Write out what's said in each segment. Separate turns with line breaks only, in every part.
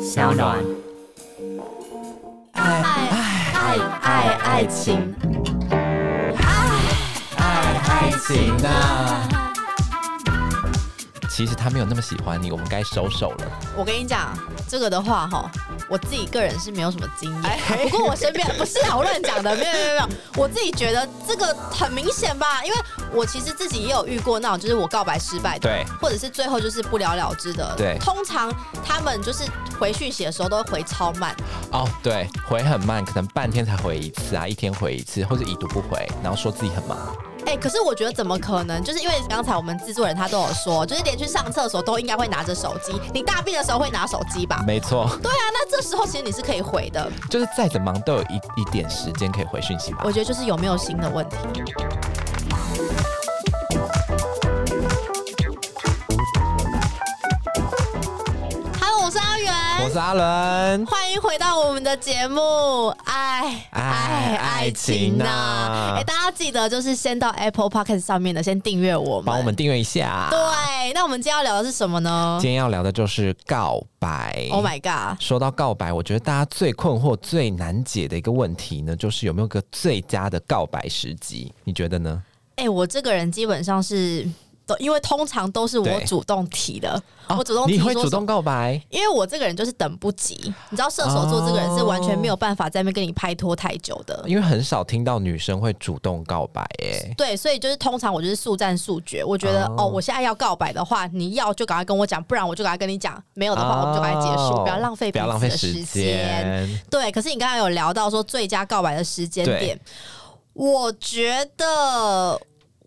小暖。
爱爱爱爱情，
爱爱情啊！
其实他没有那么喜欢你，我们该收手了。
我跟你讲，这个的话哈，我自己个人是没有什么经验。 不过我身边不是啊，我乱讲的，没有没有没有，我自己觉得这个很明显吧，因为我其实自己也有遇过那种，就是我告白失败的，
对，
或者是最后就是不了了之的。
对
通常他们就是回讯息的时候都会回超慢，
哦，对，回很慢，可能半天才回一次啊，一天回一次，或者已读不回，然后说自己很忙。
哎、可是我觉得怎么可能？就是因为刚才我们制作人他都有说，就是连去上厕所都应该会拿着手机，你大便的时候会拿手机吧？
没错，
对啊，那这时候其实你是可以回的。
就是再怎么忙都有一一点时间可以回讯息吧
我。觉得就是有没有心的问题。Hello，我是阿
我
元，
是阿伦，
欢迎回到我们的节目。哎爱啊
爱哎爱情啊呐
哎、大家记得就是先到 Apple Podcast 上面的，先订阅我们。
帮我们订阅一下。
对，那我们今天要聊的是什么呢
今天要聊的就是告白。
？Oh my god！
说到告白，我觉得大家最困惑、最难解的一个问题呢，就是有没有个最佳的告白时机？你觉得呢？
哎、我这个人基本上是都，因为通常都是我
对哦
主动提的，我主动提
你会主
说什么
动告白？
因为我这个人就是等不及，你知道射手座这个人是完全没有办法在那边跟你拍拖太久的。
因为很少听到女生会主动告白、耶。
对，所以就是通常我就是速战速决。我觉得
哦
哦我现在要告白的话，你要就赶快跟我讲，不然我就赶快跟你讲。没有的话，
哦
我们就赶快结束，不要浪费
不
彼
要浪
此
费
的时
时
间。
间。
对，可是你刚刚有聊到说最佳告白的时间
对
点，我觉得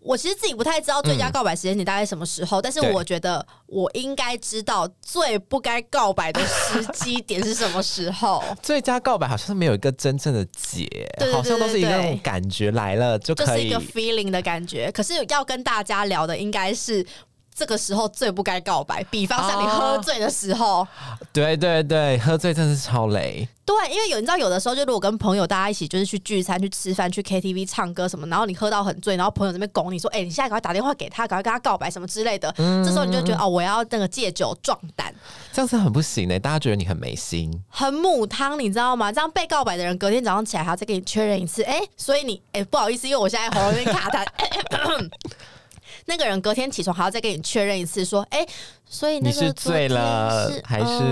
我其实自己不太知道最佳告白时间点大概什么时候，但是
嗯对
我觉得我应该知道最不该告白的时机点是什么时候。
最佳告白好像没有一个真正的解，
对对
好像都是一个
对
那
对
种感觉来了就
就
可
是一
以
个。feeling 的感觉。可是要跟大家聊的应该是这个时候最不该告白，比方像你喝醉的时候，
啊对对对，喝醉真的是超累。
对，因为有你知道有的时候，就如果跟朋友大家一起就是去聚餐、去吃饭、去 KTV 唱歌什么，然后你喝到很醉，然后朋友这边拱你说：“哎、你现在赶快打电话给他，赶快跟他告白什么之类的。这时候你就觉
嗯
得哦，我要那个借酒壮胆，
这样子很不行呢、大家觉得你很没心。
很母汤，你知道吗？这样被告白的人隔天早上起来还要再跟你确认一次，哎、所以你哎、不好意思，因为我现在喉咙有点卡痰。 那个人隔天起床还要再跟你确认一次，说：“哎、所以那
你
个
是
昨
醉
天
了
是
还
嗯
是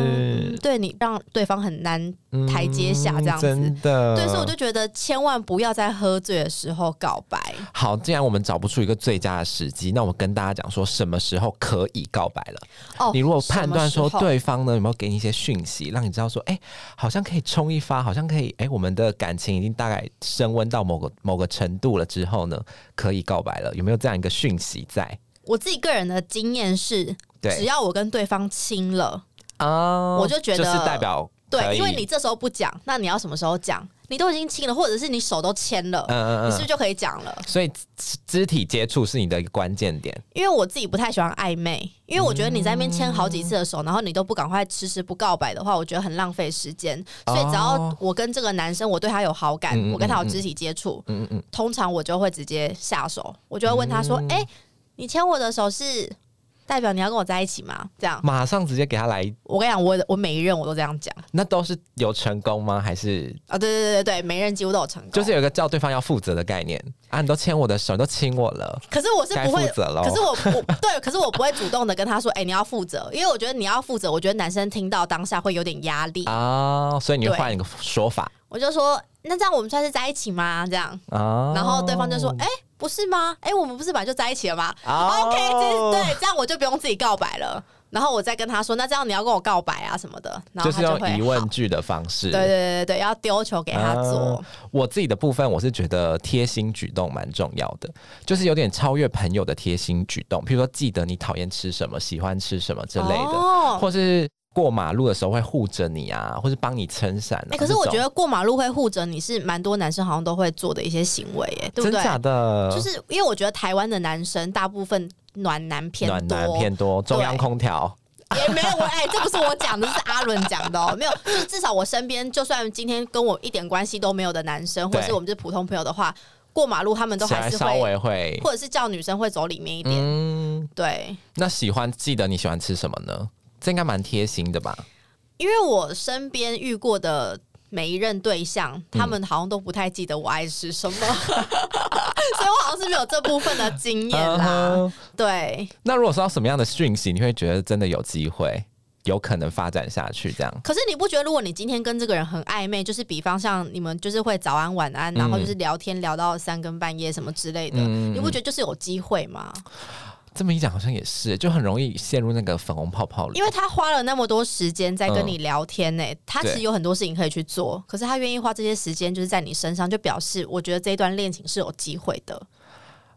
嗯
对你让对方很难台阶下这样子？”
真的。
对，所以我就觉得千万不要在喝醉的时候告白。
好，既然我们找不出一个最佳的时机，那我跟大家讲说什么时候可以告白了。
哦，
你如果判断说
什么时候，
对方呢有没有给你一些讯息，让你知道说，哎、好像可以冲一发，好像可以，哎、我们的感情已经大概升温到某个某个程度了之后呢，可以告白了，有没有这样一个讯息在？
我自己个人的经验是，
对
只要我跟对方亲了，
啊
我就觉
就
得
是代表可
对，
以
因为你这时候不讲，那你要什么时候讲？你都已经亲了，或者是你手都牵了，
嗯嗯
你
嗯
是不是就可以讲了？
所以肢肢体接触是你的一个关键点，
因为我自己不太喜欢暧昧，因为我觉得你在那边牵好几次的手，然后你都不赶快迟迟不告白的话，我觉得很浪费时间。所以只要
哦
我跟这个男生，我对他有好感，
嗯嗯
我跟他有肢体接触，
嗯嗯
通常我就会直接下手，我就会问他说：“哎、你牵我的手是代表你要跟我在一起吗？”这样
嗯，，马上直接给他来，
我跟你讲，我我每一任我都这样讲
那都是有成功吗？还是
啊，对对对对对，每一任几乎都有成功。
就是有一个叫对方要负责的概念啊？你都牵我的手，你都亲我了，
可是我是
该
不
负
会，
责喽
可是我我对，可是我不会主动的跟他说，哎、你要负责，因为我觉得你要负责，我觉得男生听到当下会有点压力，
啊，所以你就
对
换一个说法
我就说，那这样我们算是在一起吗？这样，
啊，
然后对方就说，哎、不是吗？哎、我们不是本来就在一起了吗、
哦
o k 这对，这样我就不用自己告白了。然后我再跟他说，那这样你要跟我告白啊什么的，然后
就是
他就
用
会
疑
好
问句的方式。
对对对对对，要丢球给他做。
啊我自己的部分，我是觉得贴心举动蛮重要的，就是有点超越朋友的贴心举动，譬如说记得你讨厌吃什么、喜欢吃什么之类的，
哦
或是过马路的时候会护着你啊，或是帮你撑伞、啊
哎、可是我觉
这种
得过马路会护着你是蛮多男生好像都会做的一些行为、哎，对不对？
真假的，
就是因为我觉得台湾的男生大部分暖男偏
暖
多，
男偏多，中央空调。
也没有我哎、这不是我讲的，是阿伦讲 的哦。没有，就是至少我身边，就算今天跟我一点关系都没有的男生，或
对
者是我们是普通朋友的话，过马路他们都还是
稍
会，
微会，
或者是叫女生会走里面一点。
嗯，
对，
那喜欢记得你喜欢吃什么呢？这应该蛮贴心的吧？
因因为我身边遇过的每一任对象，
嗯
他们好像都不太记得我爱吃什么， 所以我好像是没有这部分的经验啦。
嗯哼
对，
那如果收到什么样的讯息，你会觉得真的有机会，有可能发展下去？这样，
可是你不觉得，如果你今天跟这个人很暧昧，就是比方像你们就是会早安晚安，然后就是聊天聊到三更半夜什么之类的，
嗯
你不觉得就是有机会吗？
这么一讲好像也是，就很容易陷入那个粉红泡泡里。
因为他花了那么多时间在跟你聊天呢、欸他其实
对
有很多事情可以去做，可是他愿意花这些时间就是在你身上，就表示我觉得这一段恋情是有机会的。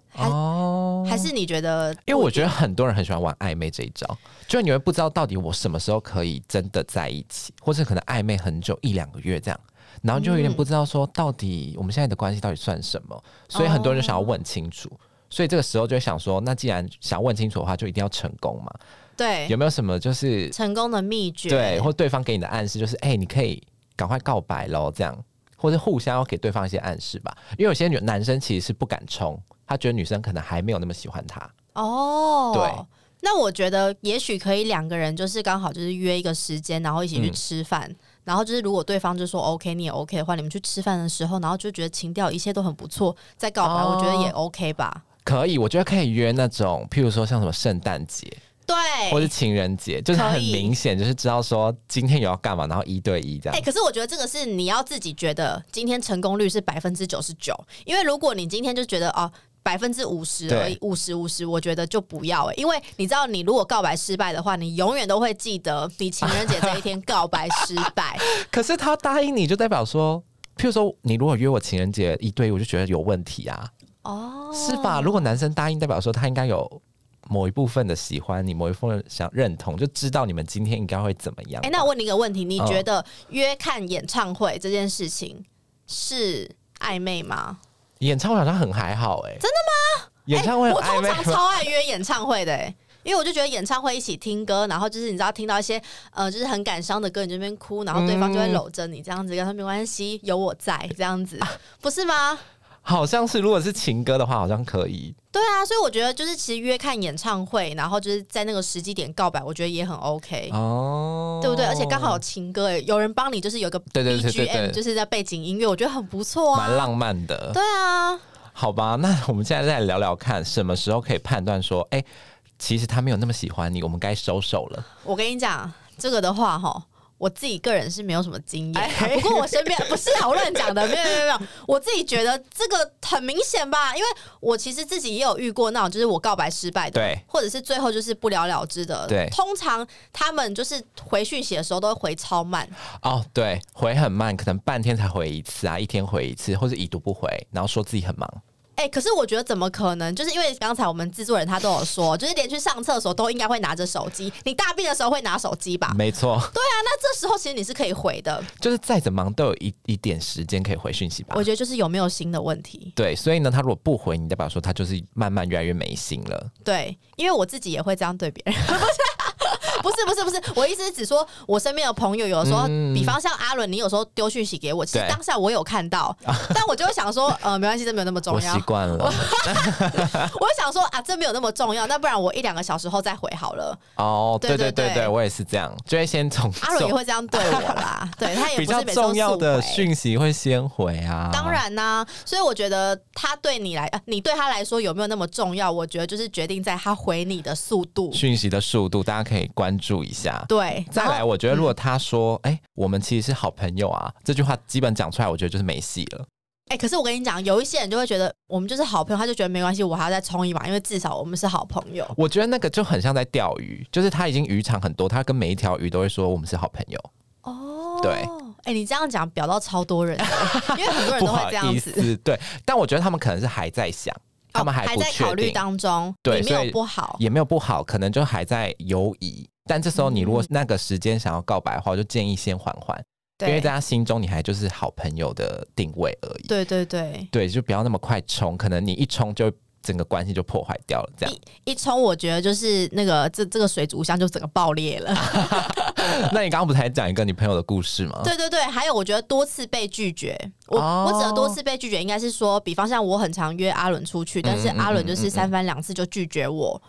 还
哦，
还是你觉得？
因为我觉得很多人很喜欢玩暧昧这一招，就你会不知道到底我什么时候可以真的在一起，或者可能暧昧很久一两个月这样，然后就有点不知道说到底我们现在的关系到底算什么，所以很多人就想要问清楚。
哦
所以这个时候就会想说，那既然想问清楚的话，就一定要成功嘛？
对
有没有什么就是
成功的秘诀，
对，或对方给你的暗示就是，哎、你可以赶快告白喽，这样，或者互相要给对方一些暗示吧。因为有些女男生其实是不敢冲，他觉得女生可能还没有那么喜欢他。
哦，
对。
那我觉得也许可以两个人就是刚好就是约一个时间，然后一起去
嗯
吃饭。然后就是，如果对方就说 OK，你也 OK 的话，你们去吃饭的时候，然后就觉得情调一切都很不错，再告白，
哦
我觉得也 OK 吧。
可以，我觉得可以约那种，譬如说像什么圣诞节
对，
或是情人节，就是
可
很
以
明显，就是知道说今天有要干嘛，然后一对一这
哎、
样。
可是我觉得这个是你要自己觉得今天成功率是百分之九十九，因为如果你今天就觉得哦。百分之五十而已，五十五十，我觉得就不要、欸，因为你知道，你如果告白失败的话，你永远都会记得你情人节这一天告白失 败。
可是他答应你就代表说，譬如说你如果约我情人节一对一，我就觉得有问题啊，
哦，
是吧？如果男生答应，代表说他应该有。某一部分的喜欢你，某一部分想认同，就知道你们今天应该会怎么样吧。
哎、那我问你一个问题，你
嗯
觉得约看演唱会这件事情是暧昧吗？
演唱会好像很还好哎、真的吗？演唱会
欸
很
我
暧
通
昧
常
吗？
超爱约演唱会的、欸，因为我就觉得演唱会一起听歌，然后就是你知道听到一些呃就是很感伤的歌，你就在那边哭，然后对方就会搂着你这样子，跟他没关系，有我在这样
啊
子，不是吗？
好像是，如果是情歌的话，好像可以。
对啊，所以我觉得就是其实约看演唱会，然后就是在那个时机点告白，我觉得也很 OK。
哦，
对不对？而且刚好有情歌，欸有人帮你，就是有个 BGM，
对对对对对
就是在背景音乐，我觉得很不错啊，
蛮浪漫的。
对啊，
好吧，那我们现在再聊聊看，什么时候可以判断说，哎、其实他没有那么喜欢你，我们该收手了。
我跟你讲，这个的话哈，我自己个人是没有什么经验啊、
哎
不过我身边不是啊，我乱讲的，没有没有没有，我自己觉得这个很明显吧，因为我其实自己也有遇过那种，就是我告白失败的，
对
或者是最后就是不了了之的，
对
通常他们就是回讯息的时候都会回超慢，
哦，对，回很慢，可能半天才回一次啊，一天回一次，或者已读不回，然后说自己很忙。
哎、可是我觉得怎么可能？就是因为刚才我们制作人他都有说，就是连去上厕所都应该会拿着手机，你大便的时候会拿手机吧？
没错，
对啊，那这时候其实你是可以回的，
就是再怎么忙都有一一点时间可以回讯息吧
我。觉得就是有没有新的问题。
对，所以呢，他如果不回你，代表说他就是慢慢越来越没心了。
对，因为我自己也会这样对别人。 不是不是不是，我意思是只说，我身边的朋友有时候，
嗯
比方像阿伦，你有时候丢讯息给我，其实
对啊
当下我有看到，但我就会想 说，呃，没关系，这没有那么重
我
要。
习惯 了
我会想说啊，这没有那么重要，那不然我一两个小时后再回 好了。
哦，
对
对对
对
对
对
对，我也是这样，就会先从
阿伦也
重
会这样对我 啦，对他也
比
不
较
是每次都
重要的
速回
讯息会先回啊。
当然啦、所以我觉得他对你来，呃你对他来说有没有那么重要？我觉得就是决定在他回你的速度。
讯息的速度，大家可以关注一下。
对，
再
然后嗯
来，我觉得如果他说“哎、我们其实是好朋友啊”，这句话基本讲出来，我觉得就是没戏了。
哎、可是我跟你讲，有一些人就会觉得我们就是好朋友，他就觉得没关系，我还要再冲一把，因为至少我们是好朋友。
我觉得那个就很像在钓鱼，就是他已经渔场很多，他跟每一条鱼都会说我们是好朋友，
哦
对
哎、你这样讲表到超多人的， 因为很多人
不
都会
好
这样
意
子，
思。对，但我觉得他们可能是还在想，他们
哦还
不
在考
确
虑
定，
当中，
对
也没有
所以
不好。
也没有不好，可能就还在犹疑。但这时候你如果
嗯
那个时间想要告白的话，我就建议先缓缓，因为
对
在他心中你还就是好朋友的定位而已。
对对对，
对，就不要那么快冲，可能你一冲就整个关系就破坏掉了。这样，
一冲我觉得就是那个这这个水族箱就整个爆裂了。
啊那你刚刚不是还讲一个你朋友的故事吗？
对对对，还有我觉得多次被拒绝，我、
哦
我指的多次被拒绝，应该是说，比方像我很常约阿伦出去，但是
嗯嗯
阿伦就
嗯
是
嗯
三番两次就拒绝我，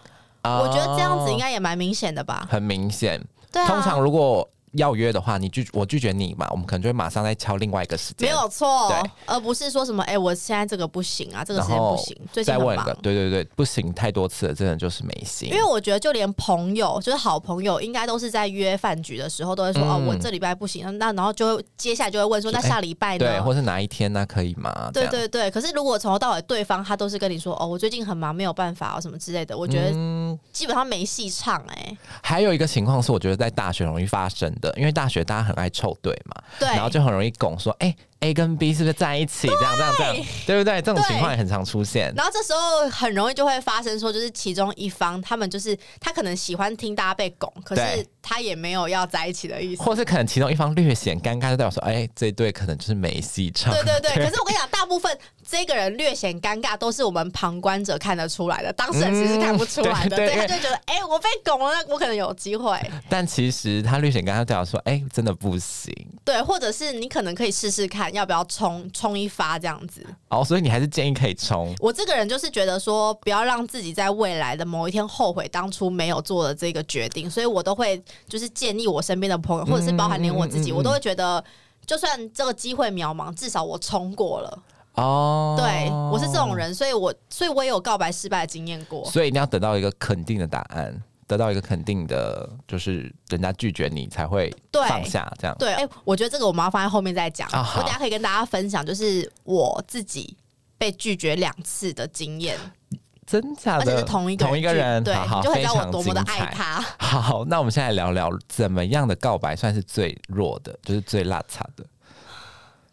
啊
我觉得这样子应该也蛮明显的吧？
很明显。
对啊，
通常如果要约的话，你拒我拒绝你嘛，我们可能就会马上再敲另外一个时间，
没有错
对，
而不是说什么哎、我现在这个不行啊，这个
然
时间不
后
行，最近
再
很
问
忙
个，。对对对，不行太多次了，真的就是没心
因。为我觉得，就连朋友，就是好朋友，应该都是在约饭局的时候，都会说、哦，
嗯
我这礼拜不行，那然后就会接下来就会问说，那
哎
下礼拜呢？
对，或是哪一天呢、可以吗？
对
这样，
对对，可是如果从头到尾对方他都是跟你说哦，我最近很忙，没有办法哦，什么之类的，我觉得
嗯，
基本上没戏唱哎、
还有一个情况是，我觉得在大学容易发生的，因为大学大家很爱凑对嘛，
对，
然后就很容易拱说，哎、a 跟 B 是不是在一起？这样这样这样，对不对？这种情况也很常出现。
然后这时候很容易就会发生说，就是其中一方他们就是他可能喜欢听大家被拱，可是
对
他也没有要在一起的意思。
或是可能其中一方略显尴尬，就代表说，哎、这对可能就是没戏唱。
对对对，可是我跟你讲，大部分这个人略显尴尬，都是我们旁观者看得出来的，当事人其实看不出来的。
嗯对
对，
对
他就觉得，哎、我被拱了，那我可能有机会。
但其实他略显尴尬，就代表说，哎、真的不行。
对，或者是你可能可以试试看，要不要冲冲一发这样子。
哦，所以你还是建议可以冲。
我这个人就是觉得说，不要让自己在未来的某一天后悔当初没有做的这个决定，所以我都会就是建议我身边的朋友，或者是包含连我自
嗯
己，
嗯嗯
我都会觉得，就算这个机会渺茫，至少我冲过了。
哦，
对我是这种，人，所以我所以我也有告白失败的经验过。
所以一定要得到一个肯定的答案，得到一个肯定的，就是人家拒绝你才会
对
放下这样。
对，哎、我觉得这个我们要放在后面再讲。
啊好
我等一下可以跟大家分享，就是我自己被拒绝两次的经验，
真假
而且
的，
是同一个人
同一个人，
对，
好好
你就会
非
知道我
常
多么的
精
爱
彩。
他。
好，那我们现在聊聊怎么样的告白算是最弱的，就是最邋遢的。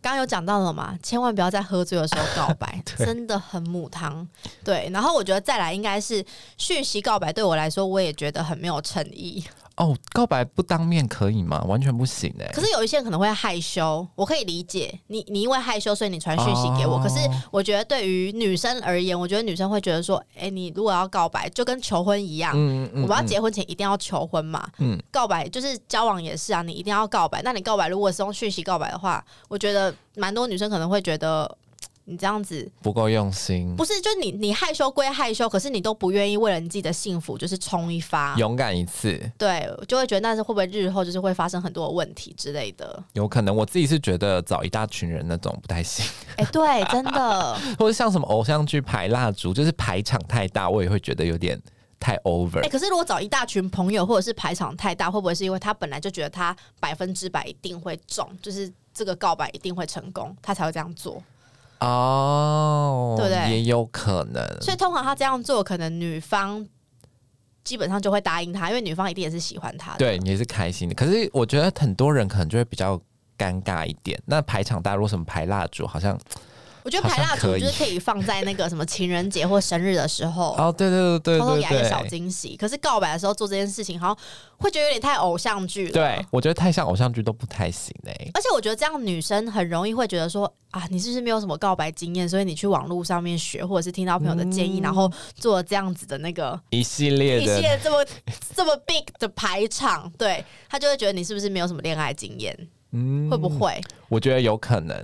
刚刚有讲到了嘛，千万不要在喝醉的时候告 白，真的很母汤。对，然后我觉得再来应该是讯息告白，对我来说我也觉得很没有诚意。
哦，告白不当面可以吗？完全不行哎、
可是有一些人可能会害羞，我可以理解你，你因为害羞所以你传讯息给我。
哦
可是我觉得对于女生而言，我觉得女生会觉得说，哎、你如果要告白，就跟求婚一样。
嗯
我们要结婚前一定要求婚嘛？
嗯
告白就是交往也是啊，你一定要告白。那你告白如果是用讯息告白的话，我觉得蛮多女生可能会觉得嘖你这样子
不够用心，
不是，就你你害羞归害羞，可是你都不愿意为了你自己的幸福就是冲一发，
勇敢一次。
对，我就会觉得那是会不会日后就是会发生很多的问题之类的。
有可能我自己是觉得找一大群人那种不太行，
哎、对，真的，
或者像什么偶像剧排蜡烛，就是排场太大，我也会觉得有点太 over
哎、。可是如果找一大群朋友，或者是排场太大，会不会是因为他本来就觉得他百分之百一定会中，就是这个告白一定会成功，他才会这样做？
嗯哦，
对不对
也有可能。
所以通常他这样做，可能女方基本上就会答应他，因为女方一定也是喜欢他的。
对，你也是开心的。可是我觉得很多人可能就会比较尴尬一点。那排场大，如果什么排蜡烛，好像
我觉得排蜡
好像
烛
可以
就是可以放在那个什么情人节或生日的时候。
哦，对对对
偷偷
对
给他一个
对
小
对，
惊喜，可是告白的时候做这件事情，好像会觉得有点太偶像剧了。
对我觉得太像偶像剧都不太行哎、
而且我觉得这样女生很容易会觉得说啊，你是不是没有什么告白经验，所以你去网络上面学，或者是听到朋友的建议，然后做这样子的那个
一系列
一系
的
列这么 这么 big 的排场，对她就会觉得你是不是没有什么恋爱经验，
嗯
会不会？
我觉得有可能。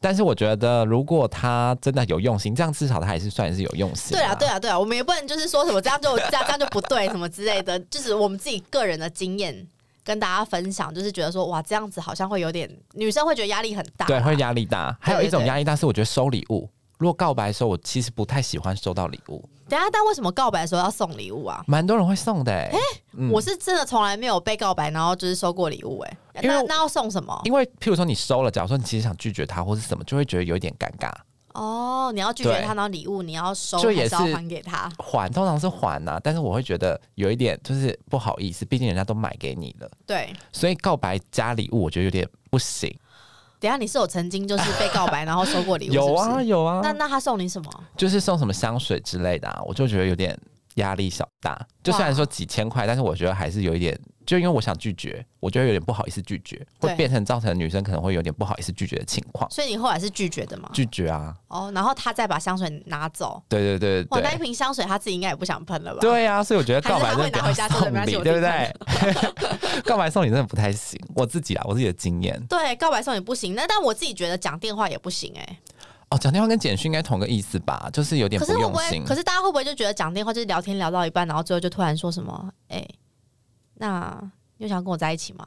但是我觉得，如果他真的有用心，这样至少他还是算是有用心、
对啊，对啊，对啊，我们也不能就是说什么这样就这样这样就不对什么之类的， 就是我们自己个人的经验跟大家分享，就是觉得说哇，这样子好像会有点女生会觉得压力很大，
对，会压力大。还有一种
对
压力大是，我觉得收礼物。如果告白的时候，我其实不太喜欢收到礼物，
等一下，但为什么告白的时候要送礼物啊？
蛮多人会送的、欸。嗯
我是真的从来没有被告白，然后就是收过礼物、欸，哎，
因为
那
我
那要送什么？
因为譬如说你收了，假如说你其实想拒绝他或是什么，就会觉得有一点尴尬。
哦，你要拒绝
对
他，然后礼物你要收，
就
还
也
是要
是
还给他？
还通常是还呐、但是我会觉得有一点就是不好意思，毕竟人家都买给你了，
对，
所以告白加礼物我觉得有点不行。
等一下你是有曾经就是被告白，然后收过礼物是不是，
有啊有啊，
那那他送你什么？
就是送什么香水之类的啊，我就觉得有点压力小大。就虽然说几千块，但是我觉得还是有一点，就因为我想拒绝，我觉得有点不好意思拒绝，
对
会变成造成女生可能会有点不好意思拒绝的情况。
所以你后来是拒绝的吗？
拒绝啊，
哦，然后他再把香水拿走，
对对对
哇，
对
那一
对。
瓶香水他自己应该也不想喷了吧？，
对啊，所以我觉得告白真的不
还
要
是他会
送
拿回家
礼，
说
对
对
不
不起
对？ 告白送礼真的不太行，我自己啊，我自己的经验。
对，告白送也不行。那但我自己觉得讲电话也不行、欸，哎，
哦，讲电话跟简讯应该同个意思吧？就是有点
可
不
是会
用
不会？
心。
可是大家会不会就觉得讲电话就是聊天聊到一半，然后最后就突然说什么？哎、那你有想跟我在一起吗？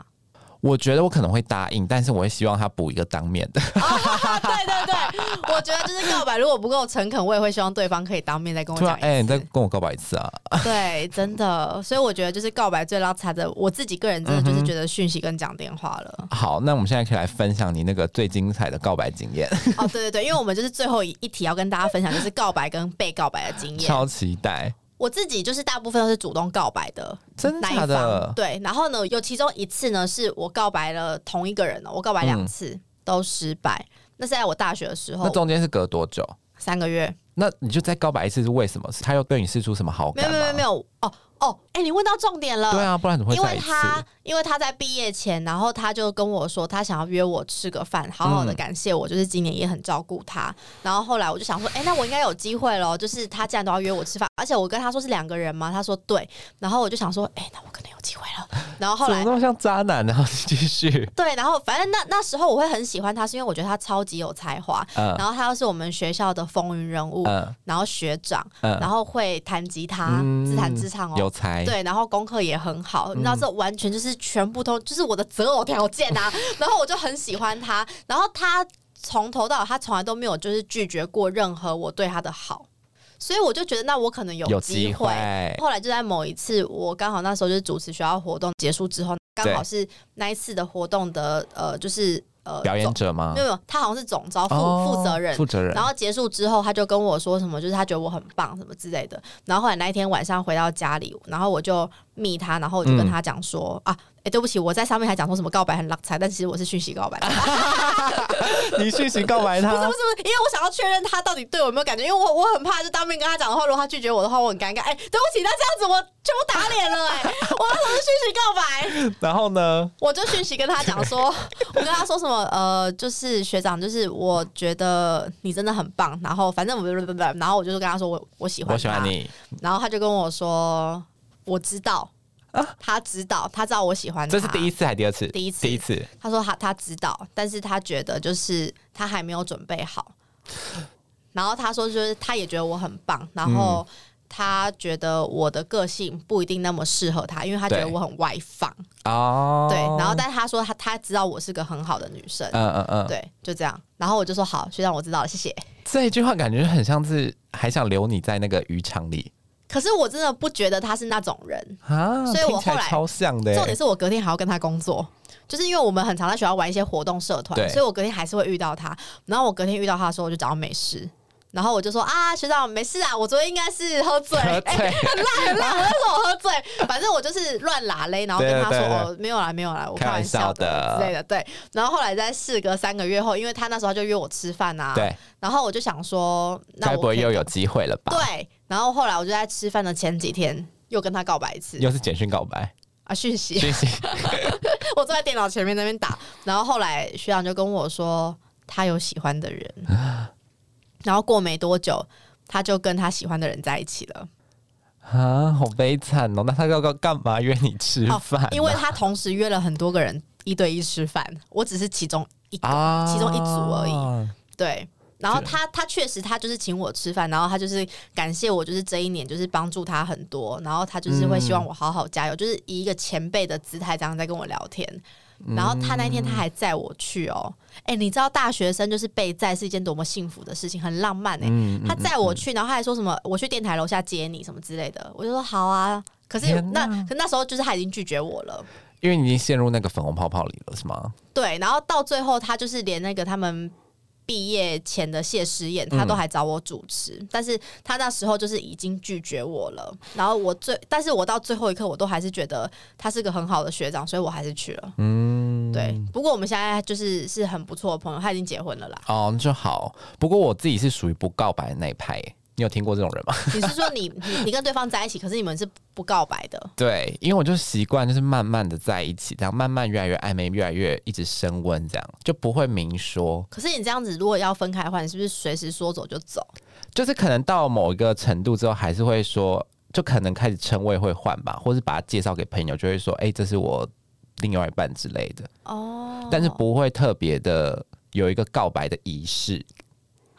我觉得我可能会答应，但是我会希望他补一个当面的。
对对对，我觉得就是告白，如果不够诚恳，我也会希望对方可以当面再跟我
突然，
讲一次。
哎、你 再跟我告白一次啊！
对，真的，所以我觉得就是告白最拉差的，我自己个人真的就是觉得讯息跟讲电话了。
好，那我们现在可以来分享你那个最精彩的告白经验，
哦，对对对，因为我们就是最后一一题要跟大家分享，就是告白跟被告白的经验。
超期待！
我自己就是大部分都是主动告白的
真
那一
假
方，
的？
对。然后呢，有其中一次呢，是我告白了同一个人哦，我告白两次、都失败。那是在我大学的时
那
候，
中间是隔多久？
三个月，
那你就再告白一次是为什么？是他又对你示出什么好
没有
感
没有
吗？
没有没有，哦哦，哎、你问到重点了，
对啊，不然怎么会
因
再
为
一次？
他因为他在毕业前，然后他就跟我说，他想要约我吃个饭，好好的
嗯
感谢我，就是今年也很照顾他。然后后来我就想说，哎、那我应该有机会咯，就是他既然都要约啊我吃饭，而且我跟他说是两个人嘛，他说对。然后我就想说，哎、那我可能有机会了。然后后
怎么
来
那么像渣男呢？然后 继续，
对，然后反正那那时候我会很喜欢他，是因为我觉得他超级有才华，
嗯
然后他又是我们学校的风云人物，
嗯
然后学长，然
嗯，
后会弹吉他，
嗯
自弹自唱哦，
有才，
对，然后功课也很好，你知道
嗯
这完全就是全部都就是我的择偶条件啊。然后我就很喜欢他，然后他从头到尾他从来都没有就是拒绝过任何我对他的好，所以我就觉得那我可能有
有
机
机
会。
会，
后来就在某一次，我刚好那时候就是主持学校活动结束之后，刚
对
好是那一次的活动的呃，就是呃
表演
总
者吗
没？有没有，他好像是总招负
哦
负责人，
负责人
然，后结束之后，他就跟我说什么，就是他觉得我很棒什么之类的。然后后来那一天晚上回到家里，然后我就密他，然后我就跟他讲说、啊，哎、对不起，我在上面还讲说什么告白很浪财，但其实我是讯息告白， 不是
你讯息告白他
不，是不是，因为我想要确认他到底对我有没有感觉，因为我我很怕就当面跟他讲的话，如果他拒绝我的话，我很尴尬。哎、对不起，那这样子我全部打脸了、哎，我那时候是讯息告白。
然后呢？
我就讯息跟他讲说， 我跟他说什么呃，就是学长，就是我觉得你真的很棒，然后反正我不不不，然后我就跟他说我我喜欢，
我喜欢，你，
然后他就跟我说我知道，他知道，他知道我喜欢他，
啊这是第一，次还是第二次？
第一次
第一次。
他说他他知道，但是他觉得就是他还没有准备好，然后他说就是他也觉得我很棒，然后。
嗯
他觉得我的个性不一定那么适合他，因为他觉得
对
我很外放。
哦，
对，然后但他说他他知道我是个很好的女生，
嗯嗯嗯，
对，就这样。然后我就说好，学长我知道了，谢谢。
这一句话感觉很像是还想留你在那个渔场里
可是我真的不觉得他是那种人，
啊，
所以我
听起来
后来
超像的耶，欸
重点是我隔天还要跟他工作，就是因为我们很常在学校玩一些活动社团，
对
所以我隔天还是会遇到他。然后我隔天遇到他的时候，我就找他没事。然后我就说啊，学长没事啊，我昨天应该是喝醉，
喝
哎
醉
很 辣很辣，那是我喝醉，反正我就是乱拉嘞，然后跟他说
对对对
哦没有啦没有啦，我
开
开玩
玩
笑
笑
的
的
之类的，对。然后后来在事隔三个月后，因为他那时候就约我吃饭啊，
对，
然后我就想说，那
该
我
不会
可以
又有机会了吧？，
对，然后后来我就在吃饭的前几天又跟他告白一次
又是简讯告 白，
啊，讯息，
讯息
我坐在电脑前面那边打，然后后来学长就跟我说他有喜欢 的人，然后过没多久他就跟他喜欢的人在一起了，
啊，好悲惨哦！那他要干干嘛约你吃饭啊呢、
哦因为他同时约了很多个人一对一吃饭，我只是其中一个，
啊
其中一组而已
已。
对。然后他他确实他就是请我吃饭，然后他就是感谢我，就是这一年就是帮助他很多，然后他就是会希望我好好加油，
嗯
就是以一个前辈的姿态这样在跟我聊天。
嗯
然后他那天他还载我去哦，哎、你知道大学生就是被载是一件多么幸福的事情，很浪漫哎、
嗯
他载我去，然后他还说什么我去电台楼下接你什么之类的，我就说好啊。可是
天
那
哪
可那时候就是他已经拒绝我了。
因为你已经陷入那个粉红泡泡里了，是吗？
对，然后到最后他就是连那个他们毕业前的谢师宴，他都还找我主持，但是他那时候就是已经拒绝我了。然后我最，但是我到最后一刻，我都还是觉得他是个很好的学长，所以我还是去了。
嗯，。
对，不过我们现在就是是很不错的朋友，他已经结婚了啦
哦，那就好。不过我自己是属于不告白的那一派耶，你有听过这种人吗？
你是说你你你跟对方在一起，可是你们是不告白的？
对，因为我就习惯就是慢慢的在一起，这样慢慢越来越暧昧，越来越一直升温，这样就不会明说。
可是你这样子，如果要分开的话，你是不是随时说走就走？
就是可能到某一个程度之后，还是会说，就可能开始称谓会换吧，或是把它介绍给朋友，就会说，哎、这是我另外一半之类的，
哦，
但是不会特别的有一个告白的仪式。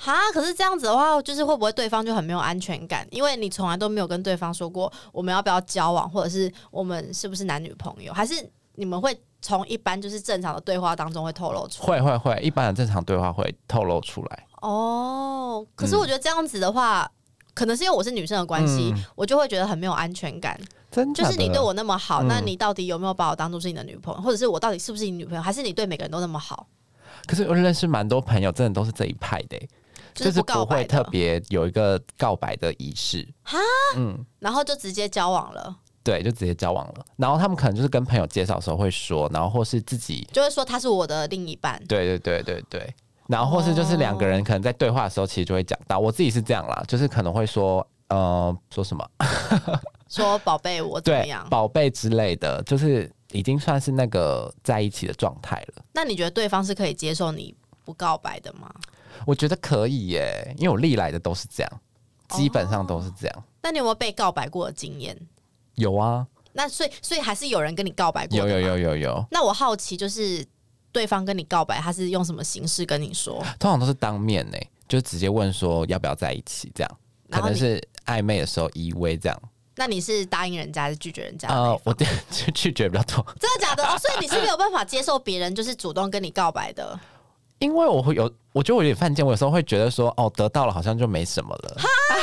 哈，可是这样子的话，就是会不会对方就很没有安全感？因为你从来都没有跟对方说过我们要不要交往，或者是我们是不是男女朋友，还是你们会从一般就是正常的对话当中会透露出
会会会，一般的正常对话会透露出来。
哦。可是我觉得这样子的话，可能是因为我是女生的关系，
嗯
我就会觉得很没有安全感。
真
就是你对我那么好，
嗯
那你到底有没有把我当做是你的女朋友，或者是我到底是不是你女朋友，还是你对每个人都那么好？
可是我认识蛮多朋友，真的都是这一派的欸、
就是
是
不告
不
白
会
的
特别有一个告白的仪式。
哈，
嗯，
然后就直接交往了，
对，就直接交往了。然后他们可能就是跟朋友介绍的时候会说，然后或是自己，
就会说他是我的另一半。
对对对对对。然后或是就是两个人可能在对话的时候，其实就会讲到。我自己是这样啦，就是可能会说，呃，说什么
说宝贝，我怎么
对
样？
宝贝之类的，就是已经算是那个在一起的状态了。
那你觉得对方是可以接受你不告白的吗？
我觉得可以耶，因为我历来的都是这样，
哦
基本上都是这样。
那你有没有被告白过的经验？
有啊，
那所以所以还是有人跟你告白过的
有
吗
有。有有有，
那我好奇就是。对方跟你告白，他是用什么形式跟你说？
通常都是当面呢，就直接问说要不要在一起这样，可
然后
能
你
是暧昧的时候依偎这样。
那你是答应人家，还是拒绝人家的那一方？
呃， 我拒拒绝比较多，
真的假的？哦，所以你是没有办法接受别人就是主动跟你告白的，
因为我会有，我觉得我有点犯贱，我有时候会觉得说，哦，得到了好像就没什么 了。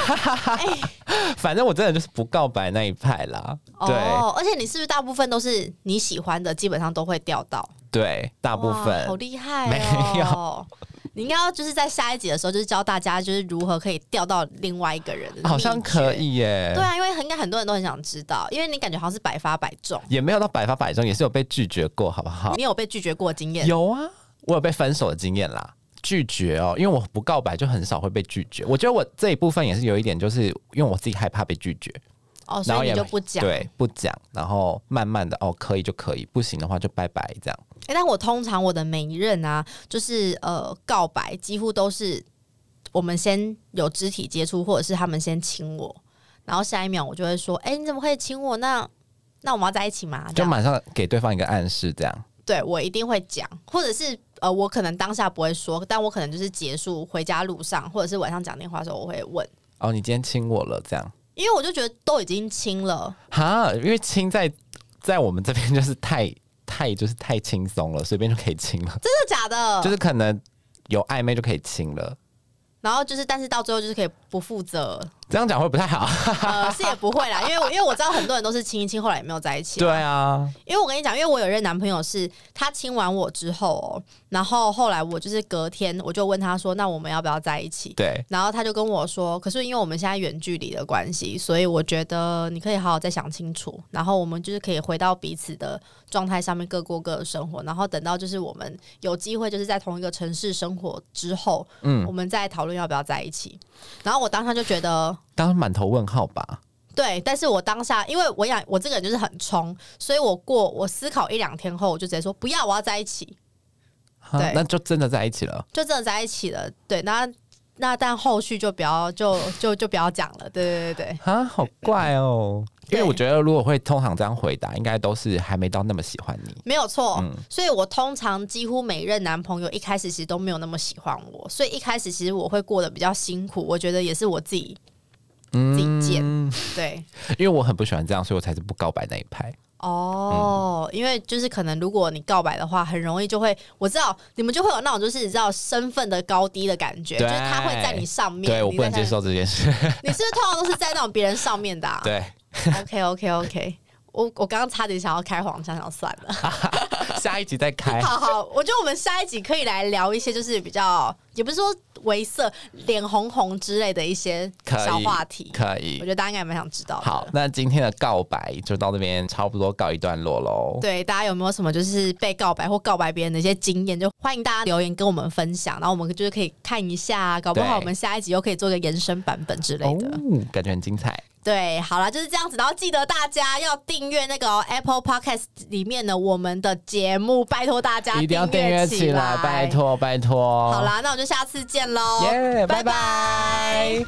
哎
反正我真的就是不告白那一派啦。对、
哦，而且你是不是大部分都是你喜欢的，基本上都会钓到？
对，大部
哇
分
好厉害、哦，
没
有。 你应该要就是在下一集的时候，就是教大家就是如何可以钓到另外一个人的
好像
秘诀
可。以耶。
对啊，因为很应该很多人都很想知道，因为你感觉好像是百发百中。
也没有到百发百中，也是有被拒绝过，好不好？
你有被拒绝过经验？
有啊，我有被分手的经验啦。拒绝哦，因为我不告白就很少会被拒绝。我觉得我这一部分也是有一点，就是因为我自己害怕被拒绝，
哦，
然后
所以
也
你就不讲。
对，不讲，然后慢慢的哦，可以就可以，不行的话就拜拜这样。
哎、但我通常我的每一任啊，就是呃告白，几乎都是我们先有肢体接触，或者是他们先亲我，然后下一秒我就会说：“哎、你怎么可以亲我？那那我们要在一起吗？”这
就
样
马上给对方一个暗示，这样。
对我一定会讲，或者是呃，我可能当下不会说，但我可能就是结束回家路上，或者是晚上讲电话的时候，我会问，
哦，你今天亲我了，这样。
因为我就觉得都已经亲了，
哈，因为亲在在我们这边就是太太就是太轻松了，随便就可以亲了，
真的假的？
就是可能有暧昧就可以亲了。
然后就是，但是到最后就是可以不负责，
这样讲会不太好。
呃，是也不会啦，因为我因为我知道很多人都是亲一亲，后来也没有在一起。
对啊，
因为我跟你讲，因为我有一任男朋友是他亲完我之后、哦，然后后来我就是隔天我就问他说，那我们要不要在一起？
对，
然后他就跟我说，可是因为我们现在远距离的关系，所以我觉得你可以好好再想清楚，然后我们就是可以回到彼此的状态上面，各过各的生活，然后等到就是我们有机会就是在同一个城市生活之后，
嗯
我们再讨论要不要在一起。嗯然后我当下就觉得。
当然满头问号吧。
对，但是我当下，因为我想我这个人就是很冲，所以我过我思考一两天后，我就直接说不要，我要在一起，
哈
对
那就真的在一起了。
就真的在一起了。对，那那但后续就不要就就就不要讲了。对对对对，
啊，好怪哦。因
嗯对
为我觉得，如果会通常这样回答，应该都是还没到那么喜欢你。
没有错。
嗯
所以我通常几乎每任男朋友一开始其实都没有那么喜欢我，所以一开始其实我会过得比较辛苦，我觉得也是我自己自己贱
嗯，
对。
因为我很不喜欢这样，所以我才是不告白那一派。
哦，因为就是可能，如果你告白的话，很容易就会，我知道你们就会有那种就是你知道身份的高低的感觉，就
对
是他会在你上面，
对我
你
不能
在
接
他。
受这件事。
你是不是通常都是在那种别人上面的、啊？
对，
，OK OK OK，我我刚刚差点想要开黄腔，想算了。
下一集再开。
好好，我觉得我们下一集可以来聊一些就是比较，也不是说为色、脸红红之类的一些
可以
小话题，
可
我
以
觉。得大家应该也蛮想知道的。
好，那今天的告白就到这边差不多告一段落喽。
对，大家有没有什么就是被告白或告白别人的一些经验？就欢迎大家留言跟我们分享，然后我们就是可以看一下，搞不好
对
我们下一集又可以做一个延伸版本之类的。
哦感觉很精彩。
对，好啦，就是这样子。然后记得大家要订阅那个哦、Apple Podcast 里面的我们的节目，拜托大家
一定要订阅
阅
起来，
来，
拜。托拜托。
好，啦，那我就下次见喽，
耶，
哦拜
拜
拜
拜。